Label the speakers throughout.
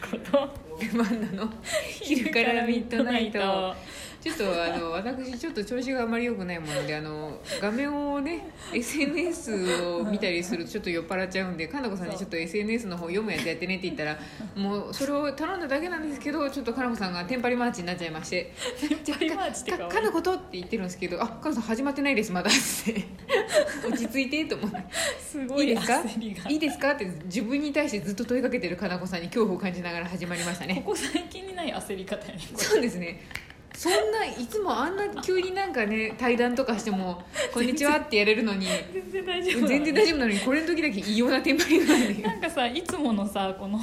Speaker 1: こと
Speaker 2: ルマンダの昼からミッドナイトちょっとあの私ちょっと調子があまり良くないものであの画面をね SNS を見たりするとちょっと酔っ払っちゃうんでかなこさんにちょっと SNS の方読むやつやってねって言ったらもうそれを頼んだだけなんですけどちょっとかなこさんがテンパリマーチになっちゃいまして
Speaker 1: テンパリマーチって
Speaker 2: か
Speaker 1: か
Speaker 2: かなことって言ってるんですけどあかなさん始まってないですまだって落ち着いてと思って
Speaker 1: す
Speaker 2: い
Speaker 1: ご
Speaker 2: い
Speaker 1: い
Speaker 2: ですか
Speaker 1: 焦りが
Speaker 2: いいですかって自分に対してずっと問いかけてるかなこさんに恐怖を感じながら始まりましたね
Speaker 1: ここ最近にない焦り方やねこれ
Speaker 2: そうですね。そんないつもあんな急になんかね対談とかしても「こんにちは」ってやれるのに
Speaker 1: 全然大丈夫
Speaker 2: 全然大丈夫なのにこれの時だけ異様なテンパりなんで
Speaker 1: なんかさいつものさこの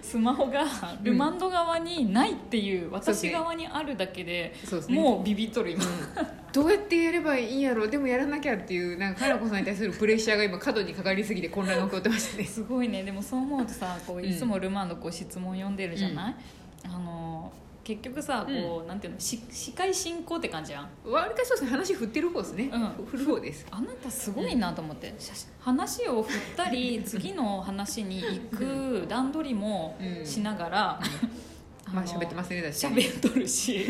Speaker 1: スマホがルマンド側にないっていう、
Speaker 2: そうです
Speaker 1: 私
Speaker 2: ね
Speaker 1: 側にあるだけで
Speaker 2: そうですね
Speaker 1: もうビビっとる今
Speaker 2: どうやってやればいいんやろうでもやらなきゃっていうなんかかなこさんに対するプレッシャーが今過度にかかりすぎて混乱が起こってましたね
Speaker 1: すごいねでもそう思うとさこう
Speaker 2: うん
Speaker 1: いつもルマンドこう質問読んでるじゃない、あの結局さこう、なんていうのし司会進行って感じやん
Speaker 2: わりかしそうですね話振ってる方ですね、
Speaker 1: うん
Speaker 2: 振る方です
Speaker 1: あなたすごいなと思って、しゃし話を振ったり次の話に行く段取りも
Speaker 2: うん
Speaker 1: しながら、
Speaker 2: まあ喋って
Speaker 1: す
Speaker 2: ますねだし
Speaker 1: 喋っとる し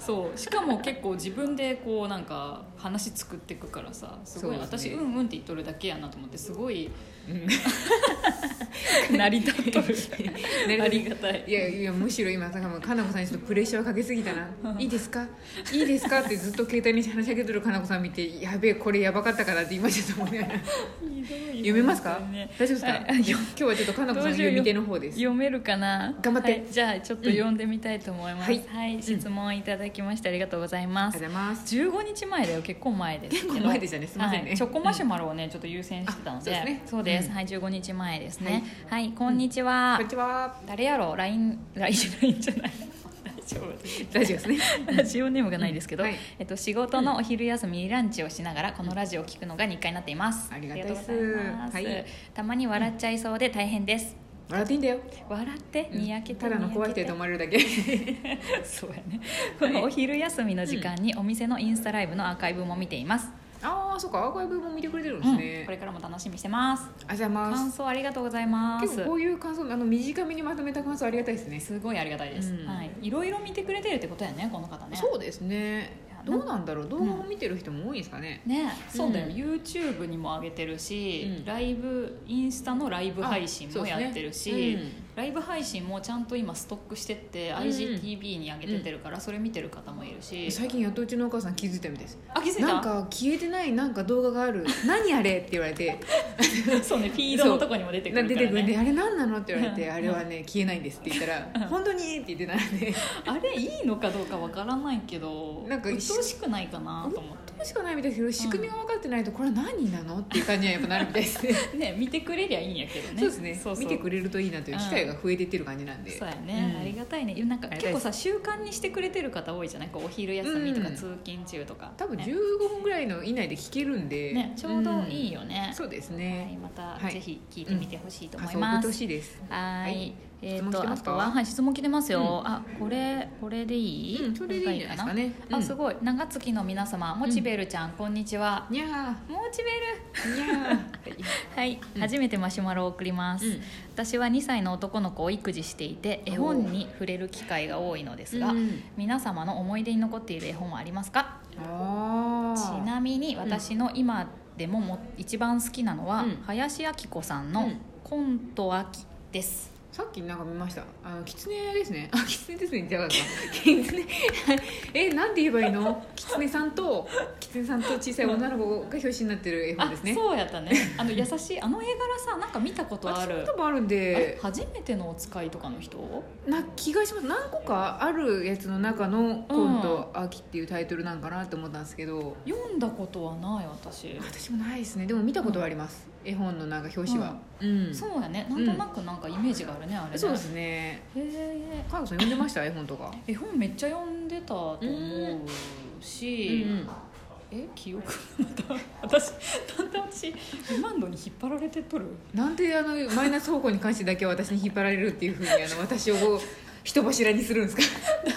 Speaker 1: そうしかも結構自分でこうなんか話作っていくからさすごい
Speaker 2: そうで
Speaker 1: 私
Speaker 2: すね
Speaker 1: うんうんって言っとるだけやなと思ってすごい
Speaker 2: うん
Speaker 1: 成り立っとるありがた
Speaker 2: い
Speaker 1: い
Speaker 2: やいやむしろ今さかなこさんにちょっとプレッシャーをかけすぎた な「いいですかいいですか?」ってずっと携帯に話しかけてるかなこさん見て「やべえこれやばかったから」って今ちょっと思い ながら読めますか、大丈夫ですか
Speaker 1: はい
Speaker 2: 今日はちょっとかなこさん読み手の方です
Speaker 1: 読めるかな
Speaker 2: 頑張って
Speaker 1: はいじゃあちょっと読んでみたいと思います、
Speaker 2: うんはい
Speaker 1: はい、質問いただきましてありがとうございま
Speaker 2: あ
Speaker 1: す
Speaker 2: りがとうございます
Speaker 1: 15日前だよ結構前ですけど
Speaker 2: 結構前でしたねすいませんね
Speaker 1: はいチョコマシュマロをねちょっと優先してたので、
Speaker 2: あそうですね
Speaker 1: です
Speaker 2: うん
Speaker 1: はい15日前ですねはい、こんにちは、
Speaker 2: こんにちは
Speaker 1: 誰やろ LINE LINE じゃないんじゃない大丈
Speaker 2: 大丈夫ですね
Speaker 1: 夫ラジオネームがないですけど、
Speaker 2: はい
Speaker 1: えっと、仕事のお昼休みにランチをしながらこのラジオを聞くのが日課になっています、
Speaker 2: ありがたいです
Speaker 1: ありがとうございます、
Speaker 2: はい
Speaker 1: たまに笑っちゃいそうで大変です
Speaker 2: 笑っていいんだよ
Speaker 1: 笑って
Speaker 2: うん
Speaker 1: にやけて、
Speaker 2: ただの怖い人
Speaker 1: て
Speaker 2: やと思われるだけ
Speaker 1: そうやねこのお昼休みの時間にお店のインスタライブのアーカイブも見ています、
Speaker 2: ああそうかアーカイブも見てくれてるんで
Speaker 1: う
Speaker 2: す
Speaker 1: ん
Speaker 2: ね、
Speaker 1: これからも楽しみにしてます
Speaker 2: ありがとうございま
Speaker 1: 感
Speaker 2: す
Speaker 1: 想ありがとうございます
Speaker 2: 結構こういう感想あの短めにまとめた感想ありがたいですね
Speaker 1: すごいありがたいです、
Speaker 2: うん
Speaker 1: はい、いろいろ見てくれてるってことやねこの方ね
Speaker 2: そうですね
Speaker 1: いや
Speaker 2: どうなんだろう動画を見てる人も多いんですかね、
Speaker 1: ね
Speaker 2: うん
Speaker 1: そうだよ、YouTube にも上げてるし、
Speaker 2: うん
Speaker 1: ライブインスタのライブ配信もやってるし、
Speaker 2: あそうですね
Speaker 1: ライブ配信もちゃんと今ストックしてって、
Speaker 2: ん
Speaker 1: IGTV に上げてってるから、それ見てる方もいるし、
Speaker 2: 最近やっとうちのお母さん気づいたみたいです
Speaker 1: あ気づいた
Speaker 2: なんか消えてないなんか動画がある何あれって言われて
Speaker 1: そうねフィードのとこにも出てく
Speaker 2: な
Speaker 1: る
Speaker 2: 出
Speaker 1: か
Speaker 2: て
Speaker 1: ら
Speaker 2: くるんで
Speaker 1: ね
Speaker 2: あれ何なのって言われ
Speaker 1: う
Speaker 2: て
Speaker 1: ん
Speaker 2: あれはね消えないんですって言ったら本当にって言ってたんで
Speaker 1: あれいいのかどうかわからないけど
Speaker 2: なんか
Speaker 1: 鬱陶しくないかなと思っ
Speaker 2: そうしかないみたいですけど仕組みが分かってないとこれは何なのっていう感じにはやっぱなるみたいですね
Speaker 1: てね見てくれりゃいいんやけどね
Speaker 2: そうですね
Speaker 1: そうそう
Speaker 2: 見てくれるといいなという機会が増えていってる感じなんで
Speaker 1: そうやね、
Speaker 2: うん
Speaker 1: ありがたいねなんか
Speaker 2: ありがた
Speaker 1: 結
Speaker 2: いで
Speaker 1: 構
Speaker 2: す
Speaker 1: さ習慣にしてくれてる方多いじゃないこうお昼休みとか
Speaker 2: うん
Speaker 1: 通勤中とか、
Speaker 2: 多分
Speaker 1: ね
Speaker 2: 15分ぐらいの以内で聞けるんで、
Speaker 1: ねちょうどいい
Speaker 2: よ、
Speaker 1: よね、
Speaker 2: そうです
Speaker 1: はい、
Speaker 2: ね、
Speaker 1: また、
Speaker 2: はい
Speaker 1: ぜひ聞いてみてほしいと思い
Speaker 2: そう
Speaker 1: ま
Speaker 2: 鬱
Speaker 1: す
Speaker 2: 陶。しいです
Speaker 1: はい、
Speaker 2: はい
Speaker 1: えっ、
Speaker 2: 質問来て
Speaker 1: と、あ
Speaker 2: ますか
Speaker 1: とは、はい、質問来てますよ。
Speaker 2: うん
Speaker 1: あ、これ、これでいい。
Speaker 2: うんそれでいいんじゃないですかね
Speaker 1: これがいいかなあ、すごい、長月の皆様、モチベルちゃん、こんにちは。
Speaker 2: にゃ
Speaker 1: モチベル。
Speaker 2: ーにゃ
Speaker 1: はい、
Speaker 2: うん
Speaker 1: 初めてマシュマロを送りま
Speaker 2: ー、
Speaker 1: す。私は2歳の男の子を育児していて、絵本に触れる機会が多いのですが。
Speaker 2: うん
Speaker 1: 皆様の思い出に残っている絵本はありますか。
Speaker 2: あ
Speaker 1: ち
Speaker 2: ー
Speaker 1: なみに、私の今でもも、一番好きなのは、
Speaker 2: うん
Speaker 1: 林明子さん
Speaker 2: う
Speaker 1: の
Speaker 2: ん
Speaker 1: コント秋です。
Speaker 2: さっきなんか見ましたあの狐です ねあ狐ですねじゃあ狐 えなんて言えばいいの狐さんと狐さんと小さい女の子が表紙になってる絵本ですね
Speaker 1: あそうやったね あの優しいあの絵柄さなんか見たことあ
Speaker 2: 私も
Speaker 1: る
Speaker 2: 多分あるん
Speaker 1: あれ
Speaker 2: で
Speaker 1: 初めてのお使いとかの人
Speaker 2: な気がします何個かあるやつの中の「コント秋」っていうタイトルなんかなって思ったんですけど
Speaker 1: 読んだことはない私、
Speaker 2: 私もないですねでも見たことはあります、絵本のなんか表紙はうん、そ
Speaker 1: そうやねなんとなくなんかイメージがあるねあれね
Speaker 2: うですね
Speaker 1: へえ
Speaker 2: 佳代さん読んでました絵本とか
Speaker 1: 絵本めっちゃ読んでたと思うし、
Speaker 2: うん
Speaker 1: え記憶また私だんだん私ルマンドに引っ張られてっとる
Speaker 2: なんであのマイナス方向に関してだけは私に引っ張られるっていうふうにあの私をこう人柱にするんですか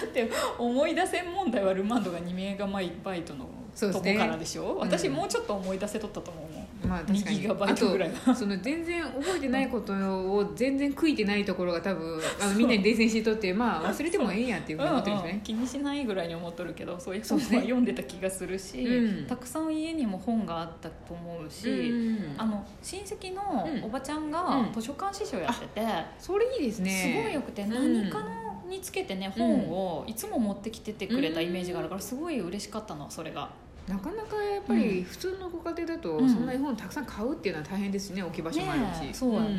Speaker 1: だって思い出せん問題はルマンドが2メガバイトの
Speaker 2: そうで
Speaker 1: と
Speaker 2: す
Speaker 1: こ
Speaker 2: ね
Speaker 1: からでしょ
Speaker 2: うん
Speaker 1: 私もうちょっと思い出せとったと思うもん
Speaker 2: まあ確
Speaker 1: 2
Speaker 2: かに
Speaker 1: ギガバイトぐらい
Speaker 2: あとその全然覚えてないことを全然悔いてないところが多 分あのみんなに伝染してとってまあ忘れてもええんやっていうふうに思ってるんです
Speaker 1: うんうん
Speaker 2: ね
Speaker 1: 気にしないぐらいに思っとるけどそういう
Speaker 2: そう
Speaker 1: 本
Speaker 2: で
Speaker 1: は
Speaker 2: すね
Speaker 1: 読んでた気がするし、
Speaker 2: うん
Speaker 1: たくさん家にも本があったと思うし、あの親戚の
Speaker 2: うん
Speaker 1: おばちゃん
Speaker 2: う
Speaker 1: が
Speaker 2: ん
Speaker 1: 図書館師匠やってて、
Speaker 2: それいいですね
Speaker 1: すごいよくて、
Speaker 2: ん
Speaker 1: 何かのにつけてね本をいつも持ってきててくれたイメージがあるからすごい嬉しかったのそれが、
Speaker 2: なかなかやっぱり普通のご家庭だと
Speaker 1: うん
Speaker 2: そんなに本たくさん買うっていうのは大変ですね置き場所
Speaker 1: ね
Speaker 2: もあるし
Speaker 1: そうやね、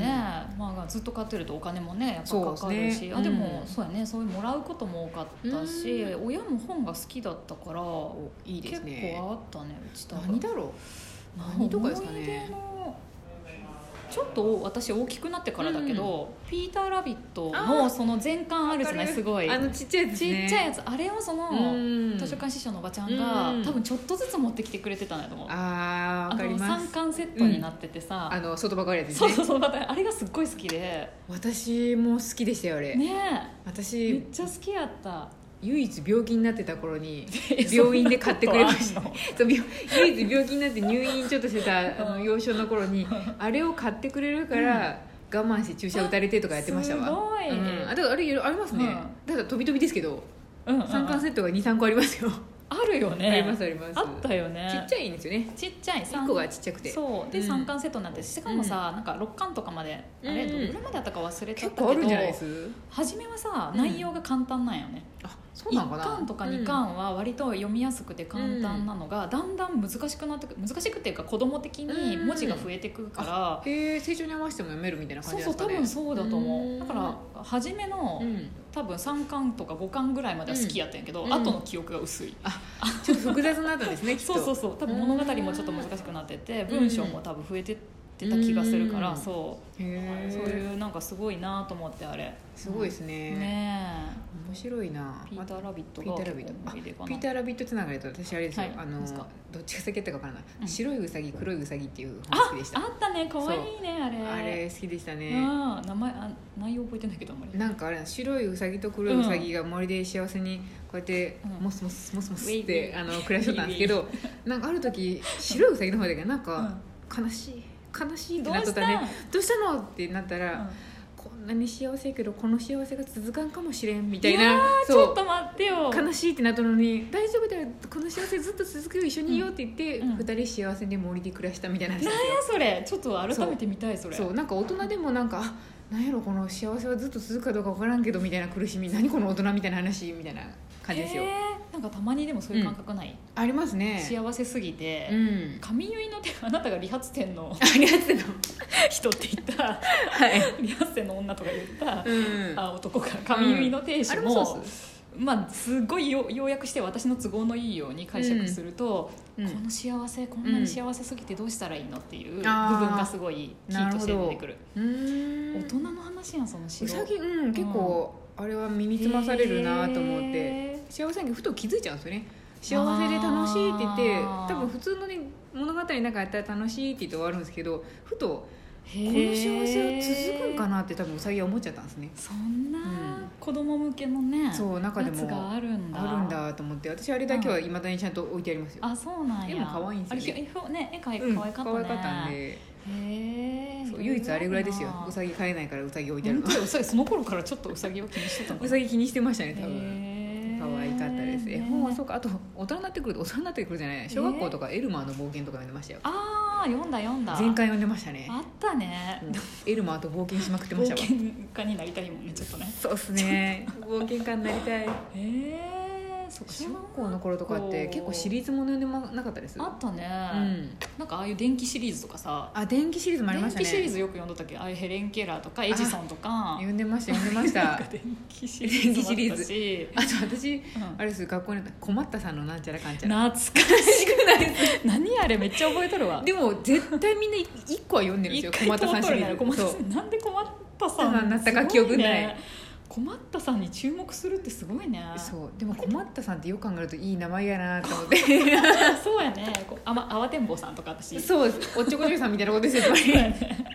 Speaker 1: まあ、ずっと買ってるとお金もねやっぱか
Speaker 2: そ
Speaker 1: か
Speaker 2: うで
Speaker 1: る
Speaker 2: す
Speaker 1: し、
Speaker 2: ね
Speaker 1: あでも、
Speaker 2: うん
Speaker 1: そうやねそういうもらうことも多かったし、
Speaker 2: う
Speaker 1: 親も本が好きだったから
Speaker 2: うんおいいで
Speaker 1: 結
Speaker 2: すね
Speaker 1: 構あったねうち多分
Speaker 2: 何だろう何とかですかね
Speaker 1: 思い出のちょっと私大きくなってからだけど、ピーター・ラビット
Speaker 2: あー
Speaker 1: のその全巻あるじゃないすごい
Speaker 2: あのちっちゃいやつ
Speaker 1: ちっちゃいやつあれをその、
Speaker 2: うん
Speaker 1: 図書館師匠のおばちゃんが、
Speaker 2: うん
Speaker 1: 多分ちょっとずつ持ってきてくれてたんやと思う
Speaker 2: あーわかりま
Speaker 1: 3
Speaker 2: す
Speaker 1: 巻セットになっててさ、
Speaker 2: あの外ばかりやつです
Speaker 1: そう
Speaker 2: ね
Speaker 1: そうそうだからあれがすっごい好きで
Speaker 2: 私も好きでしたよあれ、
Speaker 1: ねえめ
Speaker 2: 私
Speaker 1: っちゃ好きやった
Speaker 2: 唯一病気になってた 頃に
Speaker 1: え
Speaker 2: 病院で買ってくれまし
Speaker 1: そ
Speaker 2: た
Speaker 1: んなこと
Speaker 2: そう病唯一病気になって入院ちょっとしてたあの
Speaker 1: うん
Speaker 2: 幼少の頃 にあれを買ってくれるから、我慢して注射打たれてとかやってましたわ
Speaker 1: すごい
Speaker 2: うん、あだからあれいろいろありますね、
Speaker 1: うん
Speaker 2: ただ飛び飛びですけど
Speaker 1: あんのうんうん
Speaker 2: 三冠セットが23個ありますよ、
Speaker 1: あるよね
Speaker 2: ありますあります
Speaker 1: あったよね
Speaker 2: ちっちゃいんですよね
Speaker 1: ちっちゃい
Speaker 2: 1個がちっちゃくて
Speaker 1: そうで、
Speaker 2: うん
Speaker 1: 3巻セットになってしかもさ、なんか6巻とかまであれ
Speaker 2: うん
Speaker 1: どれぐらいまであったか忘れちゃったけ
Speaker 2: 結
Speaker 1: ど
Speaker 2: 構あるんじゃないです
Speaker 1: 初めはさ
Speaker 2: うん
Speaker 1: 内容が簡単なんよね、
Speaker 2: あそうな
Speaker 1: 一
Speaker 2: のかな
Speaker 1: 1巻とか2巻は割と読みやすくて簡単なのが、だんだん難しくなってく難しくっていうか子供的に文字が増えてくから、
Speaker 2: うんへえ成長に合わせても読めるみたいな感
Speaker 1: そう
Speaker 2: じな
Speaker 1: そ
Speaker 2: ん
Speaker 1: う多
Speaker 2: ですかね
Speaker 1: 分そうだと思う、
Speaker 2: うん
Speaker 1: だから初めの、
Speaker 2: うん
Speaker 1: 多分3巻とか5巻ぐらいまでは好きやったんやけど、
Speaker 2: うん
Speaker 1: 後の記憶が薄い、
Speaker 2: ちょっと複雑なったんですねきっと
Speaker 1: そうそうそう多分物語もちょっと難しくなってて、文章も多分増えてってた気がするから、
Speaker 2: うん
Speaker 1: そう
Speaker 2: へえ
Speaker 1: そういうなんかすごいなと思ってあれ
Speaker 2: すごいですね
Speaker 1: ね
Speaker 2: 面白いな
Speaker 1: えピーター・ラビット
Speaker 2: ピー
Speaker 1: が
Speaker 2: ターラビット
Speaker 1: 結構思い出か
Speaker 2: あ
Speaker 1: な
Speaker 2: ピーター・ラビットつながりと私あれですよ、
Speaker 1: はい
Speaker 2: あ
Speaker 1: なん
Speaker 2: の
Speaker 1: ですか
Speaker 2: どっちが先やったかわからない、
Speaker 1: うん
Speaker 2: 白いウサギ黒いウサギっていう本好きでしたあ
Speaker 1: あったね可愛いねあれ
Speaker 2: れ好きでした
Speaker 1: う
Speaker 2: ね、
Speaker 1: ん名前あ内容覚えてないけどあんまり
Speaker 2: なんかあれ白いウサギと黒いウサギが森で幸せにこうやって
Speaker 1: うん
Speaker 2: モスモスモスモス
Speaker 1: ウェ
Speaker 2: っ
Speaker 1: イビ
Speaker 2: て
Speaker 1: ー
Speaker 2: あの暮らしとったんですけどなんかある時白いウサギの方だけなんか悲しい悲しいって
Speaker 1: どう
Speaker 2: なっとっ
Speaker 1: したたん
Speaker 2: ねどうしたのってなった
Speaker 1: う
Speaker 2: ら、
Speaker 1: ん
Speaker 2: こんなに幸せやけどこの幸せが続かんかもしれんみたい
Speaker 1: い
Speaker 2: な
Speaker 1: ちょっと待ってよ
Speaker 2: 悲しいってなったのに「大丈夫だよこの幸せずっと続くよ一緒にいよう」って言って、
Speaker 1: うん
Speaker 2: 二人幸せで森で暮らしたみたいな話
Speaker 1: なんやそれちょっと改めて見たいそれ
Speaker 2: そうなんか大人でもなんかあ「なんやろこの幸せはずっと続くかどうか分からんけど」みたいな苦しみ何この大人みたいな話みたいな感じですよ、
Speaker 1: へえなんかたまにでもそういう感覚ない、
Speaker 2: ありますね
Speaker 1: 幸せすぎて、
Speaker 2: うん
Speaker 1: 髪結いの手あ なたが理髪店の
Speaker 2: ありますの
Speaker 1: 人って言った
Speaker 2: はい、
Speaker 1: 理髪店の女とか言った、
Speaker 2: うん、
Speaker 1: あ男が髪結いの亭
Speaker 2: あ
Speaker 1: 主
Speaker 2: れ
Speaker 1: も,、
Speaker 2: もそうっす
Speaker 1: まあすごいよ要約して私の都合のいいように解釈すると、
Speaker 2: うん
Speaker 1: この幸せこんなに幸せすぎてどうしたらいいのっていう部分
Speaker 2: あー
Speaker 1: がすごいキーとして出てくる
Speaker 2: うーん
Speaker 1: 大人の話やんその
Speaker 2: う
Speaker 1: 白
Speaker 2: さぎうん結構、あれは耳つまされるなと思って、
Speaker 1: へ
Speaker 2: 幸せにふと気づいちゃうんですよね幸せで楽しいって言って
Speaker 1: あー
Speaker 2: 多分普通のね物語の中やったら楽しいって言って終わるんですけどふとこ
Speaker 1: ー
Speaker 2: の幸せは続くんか
Speaker 1: へー
Speaker 2: なって多分ウサギは思っちゃったんですね
Speaker 1: そんな
Speaker 2: うん
Speaker 1: 子供向けのね、
Speaker 2: そう中でも
Speaker 1: やつがあるんだ
Speaker 2: あるんだと思って私あれだけはいまだにちゃんと置いてありますよ、
Speaker 1: あそうなんや
Speaker 2: 絵も可愛いんですよ
Speaker 1: あれひょね絵かい
Speaker 2: うん
Speaker 1: 可愛かったね、
Speaker 2: 可愛かったんで
Speaker 1: へえ
Speaker 2: そう唯一あれぐらいですよウ
Speaker 1: ギ
Speaker 2: サギ飼えないからウサギ置いてある の
Speaker 1: うさぎその頃からちょっとうさぎを気にしてたの
Speaker 2: ウサギ気にしてましたね多分
Speaker 1: へえ
Speaker 2: 可愛かったです絵本はそうかあと大人になってくると大人になってくるじゃない小学校とかエルマーの冒険とか読んでましたよ
Speaker 1: ああ読んだ読んだ
Speaker 2: 全巻読んでましたね
Speaker 1: あったね
Speaker 2: もうエルマーと冒険しまくってま
Speaker 1: 冒
Speaker 2: したわ
Speaker 1: 険家になりたいもんねちょっとね
Speaker 2: そうっすね冒険家になりたい
Speaker 1: へえそっか
Speaker 2: 小学校の頃とかって結構シリーズもの読んでもなかったです
Speaker 1: あったね、
Speaker 2: うん
Speaker 1: なんかああいう電気シリーズとかさ
Speaker 2: あ電気シリーズもありま
Speaker 1: 電
Speaker 2: した
Speaker 1: 気
Speaker 2: ね
Speaker 1: シリーズよく読んどったっけああいうヘレン・ケラーとかエジソンとか
Speaker 2: 読んでました読んでました
Speaker 1: な
Speaker 2: あ
Speaker 1: んか
Speaker 2: と
Speaker 1: 電気シリーズもあったしう
Speaker 2: 私
Speaker 1: ん
Speaker 2: あれです学校にあった困ったさんのなんちゃらかんちゃら
Speaker 1: 懐かしくない何あれめっちゃ覚えとるわ
Speaker 2: でも絶対みんな1個は読んでるんです
Speaker 1: 一
Speaker 2: よ
Speaker 1: 回
Speaker 2: 困ったさんシリ
Speaker 1: 通っ
Speaker 2: ー
Speaker 1: とる
Speaker 2: ズ
Speaker 1: ね困
Speaker 2: そ
Speaker 1: ったさ
Speaker 2: う
Speaker 1: んなんで困ったさ
Speaker 2: 困ったさ
Speaker 1: ん
Speaker 2: んなったか記憶ない
Speaker 1: すごね困ったさんに注目するってすごいね
Speaker 2: そうでも困ったさんってよく考えるといい名前やなと思って
Speaker 1: そうやねこうあまあわてんぼうさんとか私
Speaker 2: そうですおっちょこちょいさんみたいなことですよやっぱり
Speaker 1: そうやね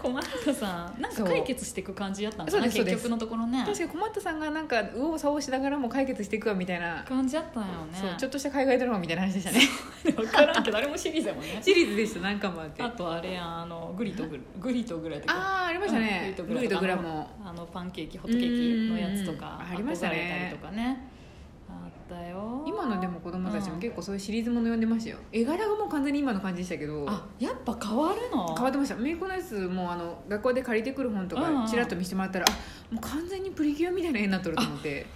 Speaker 1: 困ったさんなんか
Speaker 2: そう
Speaker 1: 解決していく感じやったん
Speaker 2: そ
Speaker 1: か
Speaker 2: う
Speaker 1: な
Speaker 2: です
Speaker 1: 結局のところね
Speaker 2: 確かに困ったさんがなんか右往左往しながらも解決していくわみたいな、
Speaker 1: 感じやったんよ
Speaker 2: そう
Speaker 1: ね
Speaker 2: ちょっとした海外ドラマみたいな話でしたね
Speaker 1: 分からんけどあれもシリーズやもんね
Speaker 2: シリーズでした何巻もあって
Speaker 1: あ
Speaker 2: あ
Speaker 1: とあれやんあのグリとグリグリとグラとか
Speaker 2: あーありましたね、
Speaker 1: うん
Speaker 2: グリとグラも
Speaker 1: あのパンケーキホットケーキのやつと
Speaker 2: うん
Speaker 1: か
Speaker 2: うんうんありましたね
Speaker 1: 憧れたりとかねあったよ
Speaker 2: 今のでも子供たち
Speaker 1: う
Speaker 2: も
Speaker 1: ん
Speaker 2: 結構そういうシリーズもの読んでましたよ絵柄がもう完全に今の感じでしたけど
Speaker 1: あやっぱ変わるの
Speaker 2: 変わってましたメイクのやつもあの学校で借りてくる本と
Speaker 1: うんうん
Speaker 2: かちらっと見せてもらったら、あもう完全にプリキュアみたいな絵になっとると思って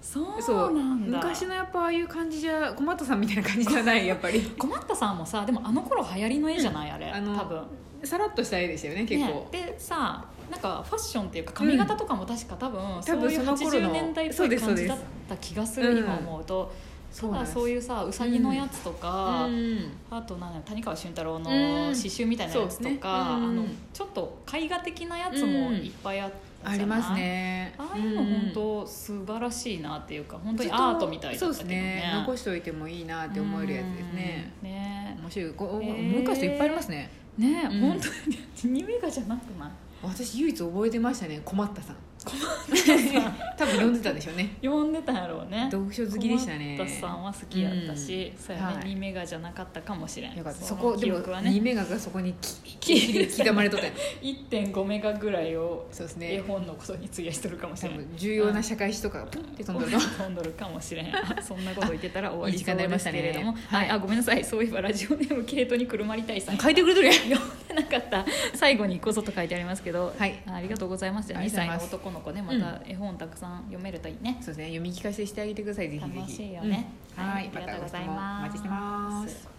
Speaker 1: そうなんだ
Speaker 2: 昔のやっぱああいう感じじゃ困ったさんみたいな感じじゃないやっぱ り
Speaker 1: 困ったさんもさでもあの頃流行りの絵じゃないあれ
Speaker 2: あの
Speaker 1: 多分
Speaker 2: さらっとした絵でしたよね結構、
Speaker 1: ね、でさなんかファッションっていうか髪型とかも確か多分、そういう
Speaker 2: 多分その頃の
Speaker 1: 80年代っぽ
Speaker 2: そう
Speaker 1: い
Speaker 2: ですそ
Speaker 1: 感
Speaker 2: うで
Speaker 1: じ
Speaker 2: す
Speaker 1: だった気がする、
Speaker 2: うん
Speaker 1: 今思うと
Speaker 2: そ
Speaker 1: ただそう
Speaker 2: う
Speaker 1: いうさうさぎのやつとか、
Speaker 2: なんですうん
Speaker 1: あとなんだろう谷川俊太郎の
Speaker 2: うん
Speaker 1: 刺繍みたいなやつ
Speaker 2: そう
Speaker 1: と
Speaker 2: ですねうん
Speaker 1: か、あのちょっと絵画的なやつもいっぱいあった
Speaker 2: あ
Speaker 1: じ
Speaker 2: り
Speaker 1: ゃない
Speaker 2: ますね
Speaker 1: ああいうの本当素晴らしいなっていうか本当にアートみたいだ
Speaker 2: そう
Speaker 1: っ
Speaker 2: で
Speaker 1: たけ
Speaker 2: す
Speaker 1: ど
Speaker 2: ね
Speaker 1: ね
Speaker 2: 残しておいてもいいなって思えるやつですね
Speaker 1: うんね
Speaker 2: 面白いこう
Speaker 1: へー
Speaker 2: 思い返すといっぱいありますね
Speaker 1: ね
Speaker 2: うん
Speaker 1: 本当にアニメ画じゃなく ない
Speaker 2: 私唯一覚えてましたね困ったさん多分読んでたんでしょ うね
Speaker 1: 読んでたんやろうね
Speaker 2: 読書好きでしたね
Speaker 1: 小松田さんは好きやったし、
Speaker 2: うん
Speaker 1: そうやね、
Speaker 2: はい
Speaker 1: 二メガじゃなかったかもしれん
Speaker 2: よかった
Speaker 1: う
Speaker 2: そこで
Speaker 1: 記
Speaker 2: も
Speaker 1: 憶は
Speaker 2: 二
Speaker 1: ね
Speaker 2: メガがそこに ききき 刻まれとったんや
Speaker 1: 1.5メガぐらいを
Speaker 2: そうです
Speaker 1: 絵
Speaker 2: ね
Speaker 1: 本のことに費やしとるかもし
Speaker 2: 多
Speaker 1: れない
Speaker 2: 分重要な社会史とかがポンって飛 んでるの
Speaker 1: 飛んどるかもしれんそんなこと言ってたら終わ
Speaker 2: い
Speaker 1: り
Speaker 2: い時
Speaker 1: そ
Speaker 2: 間
Speaker 1: うで
Speaker 2: になりますした
Speaker 1: け
Speaker 2: ね
Speaker 1: れども、はい、あごめんなさいそういえばラジオネームケイトにくるまりたいさん
Speaker 2: 書いてくれとるやん
Speaker 1: 読んで なかった最後にこそと書いてありますけど、
Speaker 2: はい
Speaker 1: ありがとうございました
Speaker 2: あ
Speaker 1: 2
Speaker 2: りがとう
Speaker 1: 歳
Speaker 2: ござい
Speaker 1: の
Speaker 2: ます
Speaker 1: 男の子ねまた絵本たくさん読めるといいね、
Speaker 2: そうですね読み聞かせしてあげてくださいぜひぜひ
Speaker 1: 楽しいよね
Speaker 2: うんはい
Speaker 1: あ
Speaker 2: ま
Speaker 1: り
Speaker 2: た
Speaker 1: がとうござい
Speaker 2: ご質問お
Speaker 1: ます
Speaker 2: 待ちしてます